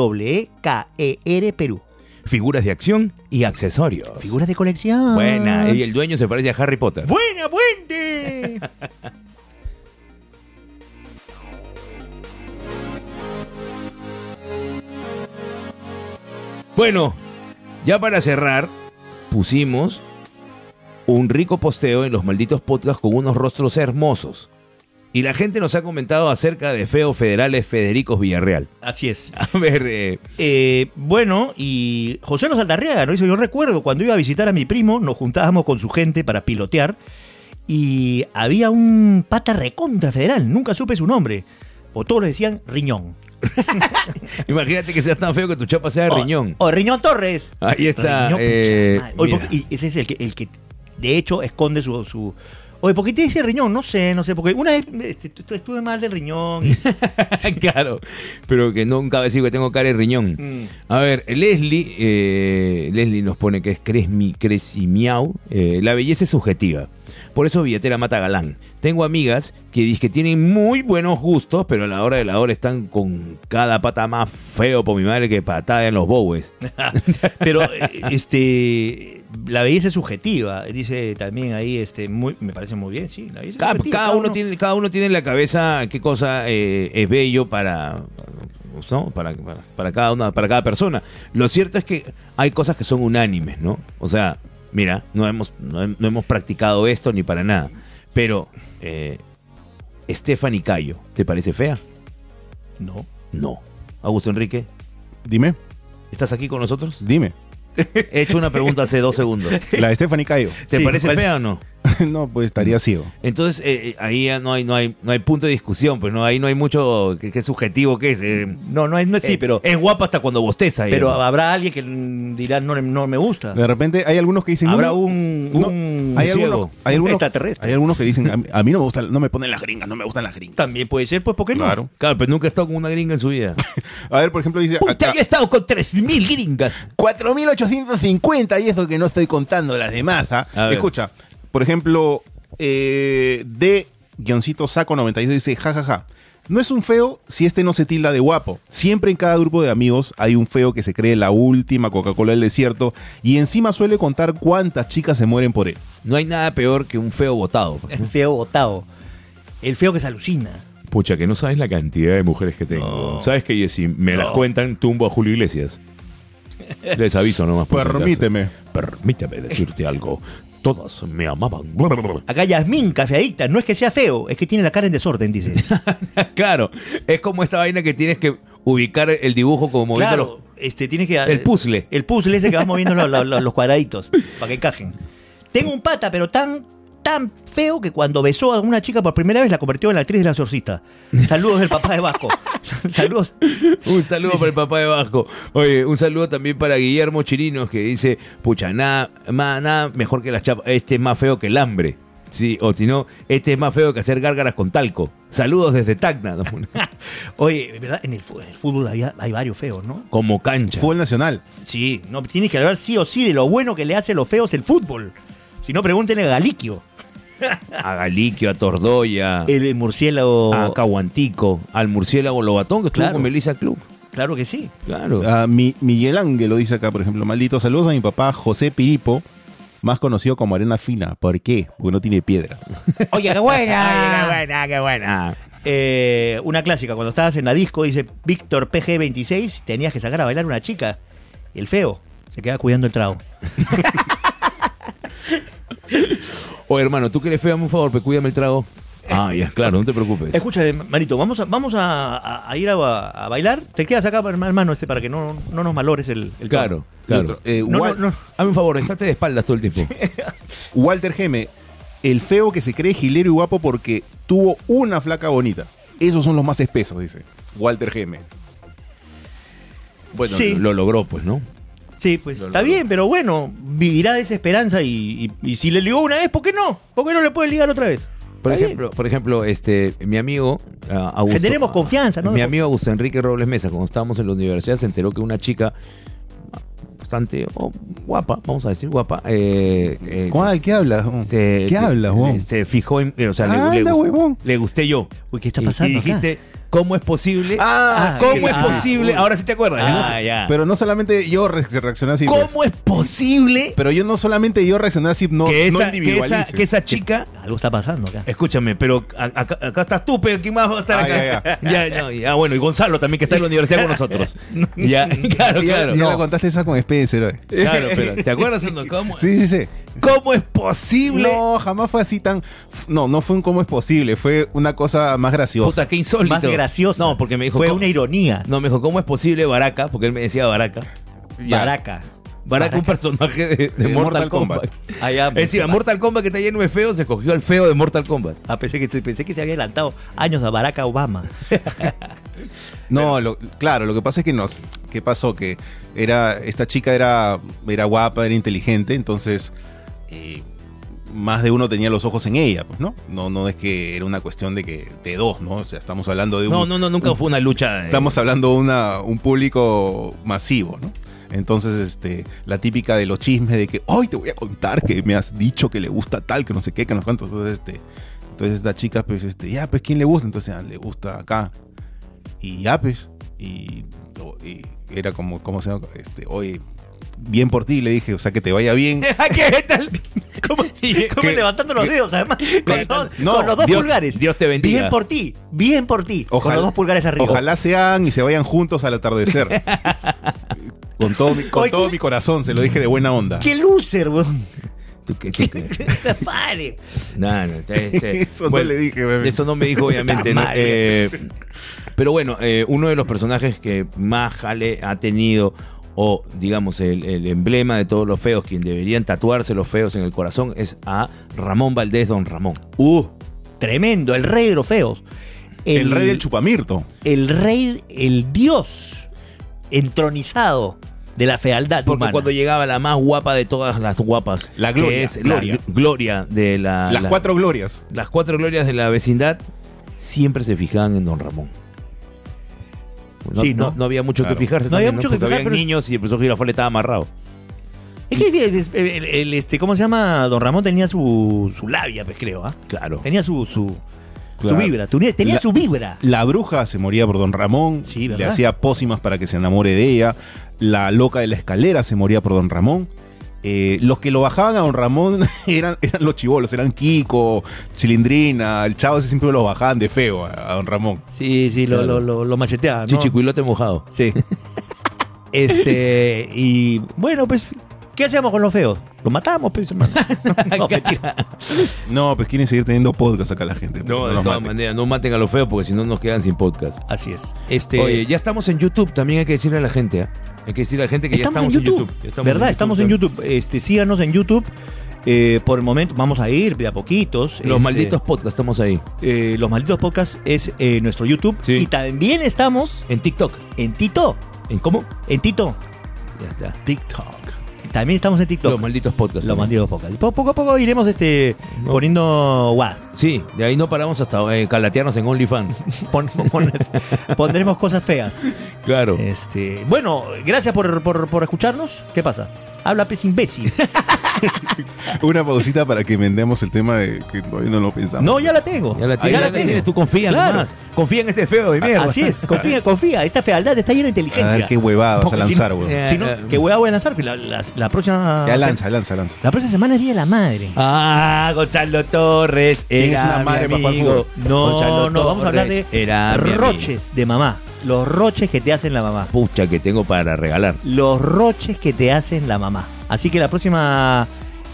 S-E-E-K-E-R E Perú. Figuras de acción y accesorios. Figuras de colección. Ah. Buena. Y el dueño se parece a Harry Potter. Buena, buena. Bueno, ya para cerrar, pusimos un rico posteo en los malditos podcasts con unos rostros hermosos. Y la gente nos ha comentado acerca de Feo Federales Federicos Villarreal. Así es. A ver, eh, Eh, bueno, y José Los Aldarriaga nos dice, yo recuerdo cuando iba a visitar a mi primo, nos juntábamos con su gente para pilotear y había un pata recontra federal, nunca supe su nombre. O todos le decían Riñón. imagínate que seas tan feo que tu chapa sea de Ah, riñón. Ah, O, o Riñón Torres. Ahí está, Oh, Riñón, pucha eh, madre. Oye, mira. ¿por qué- y ese es el que, el que de hecho esconde su... su Oye, ¿por qué te dice riñón? No sé, no sé, porque una vez este, tu- tu- estuve mal del riñón. y- claro, pero que nunca decir que tengo cara de riñón. Mm. A ver, Leslie, eh, Leslie nos pone que es Cresmi, Cresi Miau. eh, la belleza es subjetiva. Por eso billetera mata galán. Tengo amigas que dicen que tienen muy buenos gustos, pero a la hora de la hora están con cada pata más feo por mi madre que patada en los bowes. Pero eh, este la belleza es subjetiva, dice también ahí este muy me parece muy bien, sí, la belleza es Cada, subjetiva, cada uno tiene, cada uno tiene en la cabeza qué cosa eh, es bello para, ¿no? para, para- para cada una, para cada persona. Lo cierto es que hay cosas que son unánimes, ¿no? O sea, mira, no hemos, no, hem- no hemos practicado esto ni para nada. Pero, eh, Stephanie Cayo, ¿te parece fea? No. No. Augusto Enrique, Dime, ¿estás aquí con nosotros? dime. He hecho una pregunta hace dos segundos. La de Stephanie Cayo. ¿Te Sí, parece ¿cuál? fea o no? no, pues estaría ciego. Entonces, eh, eh, ahí ya no hay, no, hay, no hay punto de discusión, pues no, ahí no hay mucho que, que subjetivo que es. eh, No, no, es- no es- sí, eh, pero Es guapa hasta cuando bosteza. pero digamos. habrá alguien que mm, dirá no, le- no me gusta. De repente hay algunos que dicen. Habrá no, un, no, un hay ciego, algunos, hay algunos- extraterrestre. Hay algunos que dicen, a mí, a mí no me gustan, no me ponen las gringas, no me gustan las gringas. También puede ser, pues, ¿por qué no? Claro. Claro, pero nunca he estado con una gringa en su vida. A ver, por ejemplo, dice. Puta, acá, yo he estado con 3.000 gringas. 4850 y eso que no estoy contando las demás. ¿ah? A ver. Escucha, por ejemplo, eh, de guioncito saco 92 dice, jajaja. No es un feo si este no se tilda de guapo. Siempre en cada grupo de amigos hay un feo que se cree la última Coca-Cola del desierto y encima suele contar cuántas chicas se mueren por él. No hay nada peor que un feo botado. pues. El feo botado. El feo que se alucina. Pucha, que no sabes la cantidad de mujeres que tengo. ¿Sabes que Jessy? Me las cuentan, tumbo a Julio Iglesias. Les aviso nomás. por si acaso. Permíteme. Permíteme decirte algo. Todas me amaban. Acá Yasmín, cafeadicta, no es que sea feo, es que tiene la cara en desorden, dice. claro, es como esta vaina que tienes que ubicar el dibujo como moviendo claro, este, tiene que... El puzzle. El puzzle ese que vas moviendo lo- lo- lo- los cuadraditos para que encajen. Tengo un pata, pero tan tan feo que cuando besó a una chica por primera vez la convirtió en la actriz de la exorcista. Saludos del papá de Vasco. Saludos. los- Un saludo para el papá de Vasco. Oye, un saludo también para Guillermo Chirinos que dice, pucha, nada, ma- nada mejor que las chapas. Este es más feo que el hambre. Sí, o si no, este es más feo que hacer gárgaras con talco. Saludos desde Tacna. Oye, ¿verdad? En el, fu- en el fútbol había- hay varios feos, ¿no? Como cancha. Fútbol Nacional. Sí, no, tienes que hablar sí o sí de lo bueno que le hace a los feos el fútbol. Si no, pregúntenle a Galiquio. a Galiquio, a Tordoya, Eh, El murciélago... Ah, a Caguantico, al murciélago Lobatón que estuvo Claro. con Melissa Club. Claro que sí. Claro. Ah, mi- Miguel Ángel lo dice acá, por ejemplo. Maldito, saludos a mi papá José Piripo, más conocido como Arena Fina. ¿Por qué? Porque no tiene piedra. Oye, qué buena. buena, qué Ah, buena. Eh, una clásica, cuando estabas en la disco, dice Víctor PG26, tenías que sacar a bailar una chica. Y el feo se queda cuidando el trago. Oye, hermano, tú que eres feo, hazme un favor, pe, cuídame el trago. Ah, ya, claro, no te preocupes. Eh, Escucha, eh, Marito, vamos a, vamos a, a- a ir a, a bailar. Te quedas acá, hermano, este, para que no, no nos malores el, el Claro, claro. Eh, trago. No, Wa- no, no. Hazme un favor, estate de espaldas todo el tiempo. Walter Geme, el feo que se cree gilero y guapo porque tuvo una flaca bonita. Esos son los más espesos, dice Walter Geme. Bueno, Sí. lo, lo logró, pues, ¿no? Sí, pues No, está no, no. bien, pero bueno, vivirá de esa esperanza y, y- y si le ligó una vez, ¿por qué no? ¿Por qué no le puede ligar otra vez? Por Está ejemplo, por ejemplo, este, mi amigo ah, Augusto. Generemos confianza, ¿no? Mi amigo Augusto Enrique Robles Mesa, cuando estábamos en la universidad, se enteró que una chica bastante oh, guapa, vamos a decir guapa, eh, eh, ¿Cuál? ¿Qué hablas? huevón? se- ¿Qué hablas, huevón? Se fijó en, eh, o sea, le- Anda, le, gust- huevón. le gusté yo. Uy, ¿qué está Y- pasando Y, acá? dijiste, ¿cómo es posible? Ah, ¿Cómo sí, es sí, sí. posible? Ahora sí te acuerdas. Ah, ¿no? ya. Pero no solamente yo re- reaccioné así. pues. ¿Cómo es posible Pero yo no solamente yo reaccioné así, no, que, esa, no que, esa, individualices. que esa chica... Ah, Algo está pasando acá. Escúchame, pero a- acá, acá estás tú, pero ¿quién más va a estar Ah, acá? Ya, no, ya, bueno, y Gonzalo también que está en la universidad con nosotros. ya, claro, Ya- claro. ya no. la contaste esa con Spencer. oye. Claro, pero ¿te acuerdas Ando? cómo? Sí, sí, sí. ¿Cómo es posible? No, jamás fue así tan. No, no fue un cómo es posible. Fue una cosa más graciosa. Puta, qué insólito. Más graciosa. No, porque me dijo. Fue ¿cómo- una ironía. No, me dijo, ¿cómo es posible Baraka? Porque él me decía Baraka. Ya. Baraca. Baraka, un personaje de, de De Mortal, Mortal Kombat. Allá, Es decir, a Mortal Kombat que está lleno de feos, se cogió al feo de Mortal Kombat. Ah, pensé que, pensé que se había adelantado años a Barack Obama. No, lo- claro, lo que pasa es que nos. ¿Qué pasó? Que era. Esta chica era. Era guapa, era inteligente, entonces. eh, más de uno tenía los ojos en ella, pues, ¿no? No, no es que era una cuestión de que. de dos, ¿no? O sea, estamos hablando de un. No, no, no, nunca fue una lucha. eh. Estamos hablando de una, un público masivo, ¿no? Entonces, este, la típica de los chismes de que hoy te voy a contar que me has dicho que le gusta tal, que no sé qué, que no sé cuánto. Entonces, este, entonces esta chica, pues, este, ya, pues, ¿quién le gusta? Entonces, ah, le gusta acá. Y ya, pues, y, o- y era como, ¿cómo se llama? Este, oye, bien por ti, le dije, o sea, que te vaya bien. ¿Qué tal? ¿Cómo, cómo que- levantando los que- dedos, además? Con, los- no, con los dos Dios- pulgares. Dios te bendiga. Bien por ti, bien por ti. con los dos pulgares arriba. Ojalá sean y se vayan juntos al atardecer. con todo, mi, con Oye, todo ¿qué- mi corazón, se lo dije de buena onda. ¡Qué loser, weón! ¿Tú qué- tú qué? ¡Pare! No, no, este, Eso no bueno, le dije, bebé. Eso no me dijo, obviamente. ¿no? Puta madre. Eh, pero bueno, eh, uno de los personajes que más jale ha tenido, o digamos, el, el emblema de todos los feos, quien deberían tatuarse los feos en el corazón, es a Ramón Valdés, don Ramón. ¡Uh! Tremendo, el rey de los feos. El, rey del chupamirto. El rey, el dios entronizado de la fealdad Porque humana. cuando llegaba la más guapa de todas las guapas, La gloria, que es gloria. la gl- gloria de la, Las la- cuatro glorias. las cuatro glorias de la vecindad, siempre se fijaban en don Ramón. Sí, ¿no? había mucho Claro. que fijarse. No había también, mucho que Porque fijar, habían pero es- niños y el profesor Girafale estaba amarrado. Es que el- el- el- el- este, ¿cómo se llama? Don Ramón tenía su, su labia, pues creo, ¿ah? Claro. Tenía su, su, su Claro. vibra, tenía, tenía La- su vibra. La bruja se moría por Don Ramón. Sí, ¿verdad? le hacía pócimas para que se enamore de ella. La loca de la escalera se moría por Don Ramón. Eh, los que lo bajaban a Don Ramón eran, eran los chivolos, eran Kiko, Chilindrina, el chavo ese siempre lo bajaban de feo a, a Don Ramón. Sí, sí, lo, Claro. lo, lo, lo macheteaba, Ah, ¿no? Chichicuilote mojado. Sí. este, y bueno, pues, ¿qué hacíamos con los feos? Los matamos, pues, hermano. No, mentira. No, pues quieren seguir teniendo podcast acá la gente. No, de los todas maten. maneras, no maten a los feos porque si no nos quedan sin podcast. Así es. Este, Oye, ya estamos en YouTube, también hay que decirle a la gente, ¿ah? Hay que decirle a la gente que estamos, ya estamos en YouTube. Ya estamos ¿Verdad? estamos en YouTube. Este, síganos en YouTube. Eh, por el momento vamos a ir de a poquitos. Los Este, malditos podcasts estamos ahí. eh, los malditos podcasts es eh, nuestro YouTube. Sí. Y también estamos En TikTok. en Tito. ¿En cómo? En Tito. Ya está. TikTok. También estamos en TikTok. Los malditos podcasts. Los también. malditos podcasts. Po- Poco a poco iremos este, poniendo guas. Sí, de ahí no paramos hasta eh, calatearnos en OnlyFans. Pon- pon- pondremos cosas feas. claro. Este, bueno, gracias por, por, por escucharnos. ¿Qué pasa? Habla pez pues, imbécil. Una pausita para que vendemos el tema de que todavía no lo pensamos. No, ya la tengo. Ya la tienes, ya la tienes, tú confía Claro. nomás. Confía en este feo de mierda. Ah, Así es, confía, confía. Esta fealdad está llena de A inteligencia. ver qué huevada vas Porque a si lanzar, no- weón. Eh, Si no, eh, qué hueá voy a lanzar, Pues la, la- la próxima. Ya lanza, lanza, lanza. La próxima semana es Día de la Madre. Ah, Gonzalo Torres. Tienes una madre para jugar fútbol. No, Gonzalo no, vamos a hablar de Torres era mi roches de mamá. Los roches que te hacen la mamá. Pucha que tengo para regalar. Los roches que te hacen la mamá. Así que la próxima.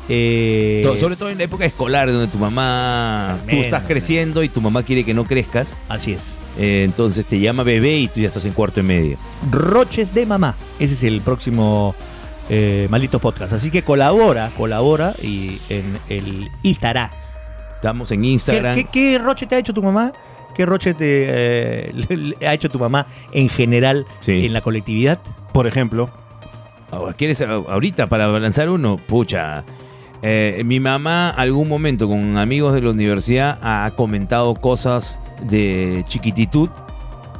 eh, To- Sobre todo en la época escolar, donde tu mamá. Tremendo, Tú estás creciendo y tu mamá quiere que no crezcas. Así es. eh, entonces te llama bebé y tú ya estás en cuarto y medio. Roches de mamá. Ese es el próximo eh, Malditos Podcast. Así que colabora, colabora y en el Instagram. Estamos en ¿Qué, Instagram. qué- qué roche te ha hecho tu mamá? ¿Qué roche te eh, le- le ha hecho tu mamá en general Sí. en la colectividad? Por ejemplo, Ah, ¿Quieres a- ahorita para lanzar uno? Pucha. Eh, mi mamá, algún momento con amigos de la universidad, ha comentado cosas de chiquititud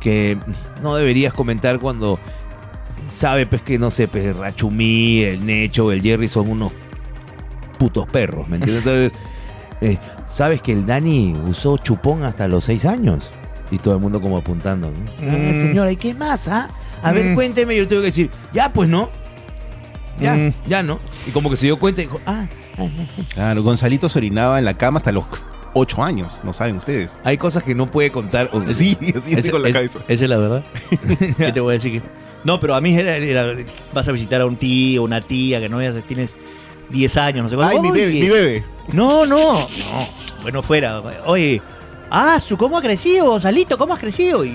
que no deberías comentar cuando sabe, pues que no sé, pues Rachumí, el Necho, el Jerry son unos putos perros, ¿me entiendes? Entonces, eh, ¿sabes que el Dani usó chupón hasta los seis años? Y todo el mundo como apuntando. ¿no? Mm. Ah, Señora, ¿y qué más, ah? A ver, cuénteme. Y yo le tuve que decir, ya, pues no. Ya, Mm. ya no. Y como que se dio cuenta y dijo, ah, claro, Gonzalito se orinaba en la cama hasta los 8 años, no saben ustedes. hay cosas que no puede contar. O- Sí, así estoy con la cabeza. Esa es la verdad. ¿Qué te voy a decir? No, pero a mí era, era- vas a visitar a un tío, una tía que no veas, tienes 10 años, no sé cuánto. Ay, mi Oye, bebé, mi bebé. No, no, no. Bueno, fuera. Oye, ah, su, ¿cómo ha crecido, Gonzalito? ¿Cómo has crecido? Y, y-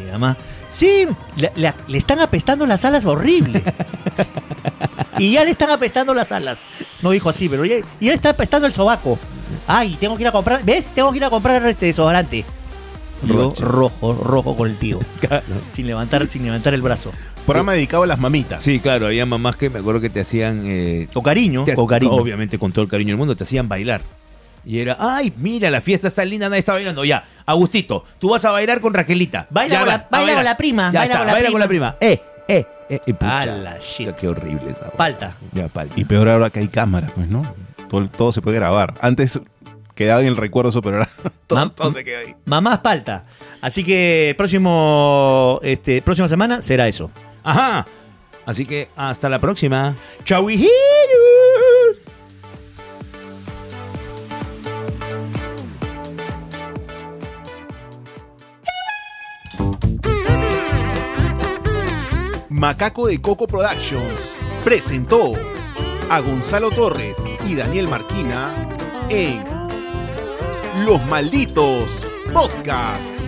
y mi mamá, sí, la- la- le están apestando las alas horrible. y ya le están apestando las alas. No dijo así, pero ya, y ya le está apestando el sobaco. Ay, tengo que ir a comprar, ¿ves? Tengo que ir a comprar este desodorante. Y Yo, rojo, rojo con el tío. sin levantar, sin levantar el brazo. Programa dedicado a las mamitas. Sí, claro, había mamás que me acuerdo que te hacían eh, O cariño. Te- o cariño. Obviamente, con todo el cariño del mundo, te hacían bailar. Y era, ay, mira, la fiesta está linda, nadie está bailando. Ya, Agustito, tú vas a bailar con Raquelita. Baila Ya con la- vas, a baila con bailar. la prima, Ya baila está, con la baila con la prima. prima. Eh, eh, eh, eh, pucha. Ah, la shit. Qué horrible esa. vaina. Palta. Ya, palta. Y peor ahora que hay cámaras, pues, ¿no? Todo, todo se puede grabar. Antes quedaba en el recuerdo eso, pero ahora todo, Mam- todo se queda ahí. Mamá espalta. Así que próximo, este, próxima semana será eso. Ajá. Así que hasta la próxima. Chau, Macaco de Coco Productions presentó a Gonzalo Torres y Daniel Marquina en Los Malditos Podcasts.